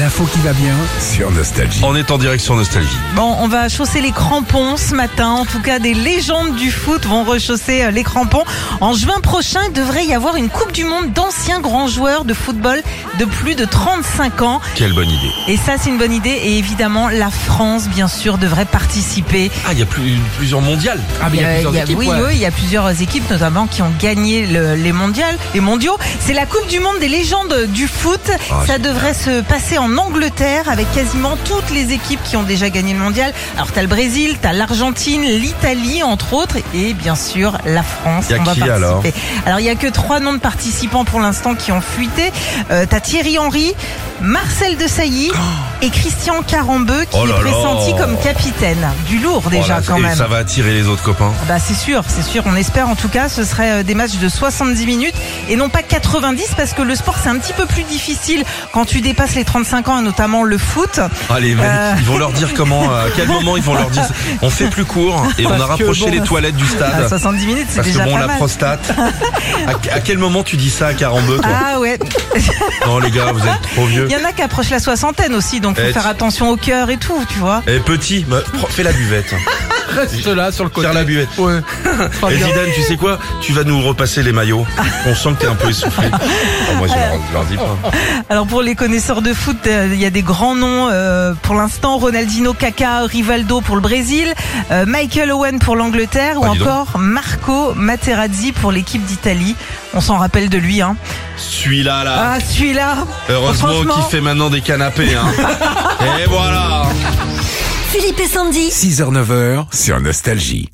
L'info qui va bien sur Nostalgie. On est en direct sur Nostalgie. Bon, on va chausser les crampons ce matin. En tout cas, des légendes du foot vont rechausser euh, les crampons. En juin prochain, il devrait y avoir une Coupe du Monde d'anciens grands joueurs de football de plus de 35 ans. Quelle bonne idée. Et ça, c'est une bonne idée. Et évidemment, la France, bien sûr, devrait participer. Ah, il y a plus- plusieurs mondiales. Ah, mais il y a Euh, plusieurs il y a- équipes, oui, ouais. oui, il y a plusieurs équipes, notamment, qui ont gagné le- les mondiales, les mondiaux. C'est la Coupe du Monde des légendes du foot. Ah, ça devrait se passer en Angleterre avec quasiment toutes les équipes qui ont déjà gagné le mondial. Alors, t'as le Brésil, t'as l'Argentine, l'Italie, entre autres, et bien sûr, la France. Il y a On va qui, participer. alors Alors, il y a que trois noms de participants pour l'instant qui ont fuité. Euh, t'as Thierry Henry, Marcel Desailly et Christian Carambeu qui Oh là est là. pressenti comme capitaine. Du lourd, déjà, Voilà, quand et même. ça va attirer les autres copains. Bah c'est sûr, c'est sûr, on espère en tout cas, ce serait euh, des matchs de 70 minutes et non pas 90 parce que le sport c'est un petit peu plus difficile quand tu dépasses les 35 ans et notamment le foot. Allez, Euh. ils vont leur dire comment, euh, à quel moment ils vont leur dire. On fait plus court et on a rapproché les toilettes du À stade. 70 Bah, minutes c'est Ah, Parce que déjà bon, pas la mal. prostate. à, à quel moment tu dis ça à Carambeu, toi Ah ouais, Non, les gars, vous êtes trop vieux. Ah. il y en a qui approchent la soixantaine aussi, donc faut Eh, faire tu- attention au cœur et tout, tu vois. Eh, petit, me- pro- fais la buvette. Reste là sur le côté. Tire la buvette. Ouais. Pas Oh, Et bien. Zidane, tu sais quoi Tu vas nous repasser les maillots. On sent que t'es un peu essoufflé. Oh, moi, je leur, je leur dis Oh. pas. Alors pour les connaisseurs de foot, euh, il y a des grands noms euh, pour l'instant, Ronaldinho, Kaká, Rivaldo pour le Brésil, euh, Michael Owen pour l'Angleterre ou Ah, dis donc. encore Marco Materazzi pour l'équipe d'Italie. On s'en rappelle de lui hein. Celui-là, là. Ah, celui-là Heureusement Franchement. qu'il fait maintenant des canapés. Hein. Et voilà. Philippe et Sandy. 6h, 9h, Sur Nostalgie.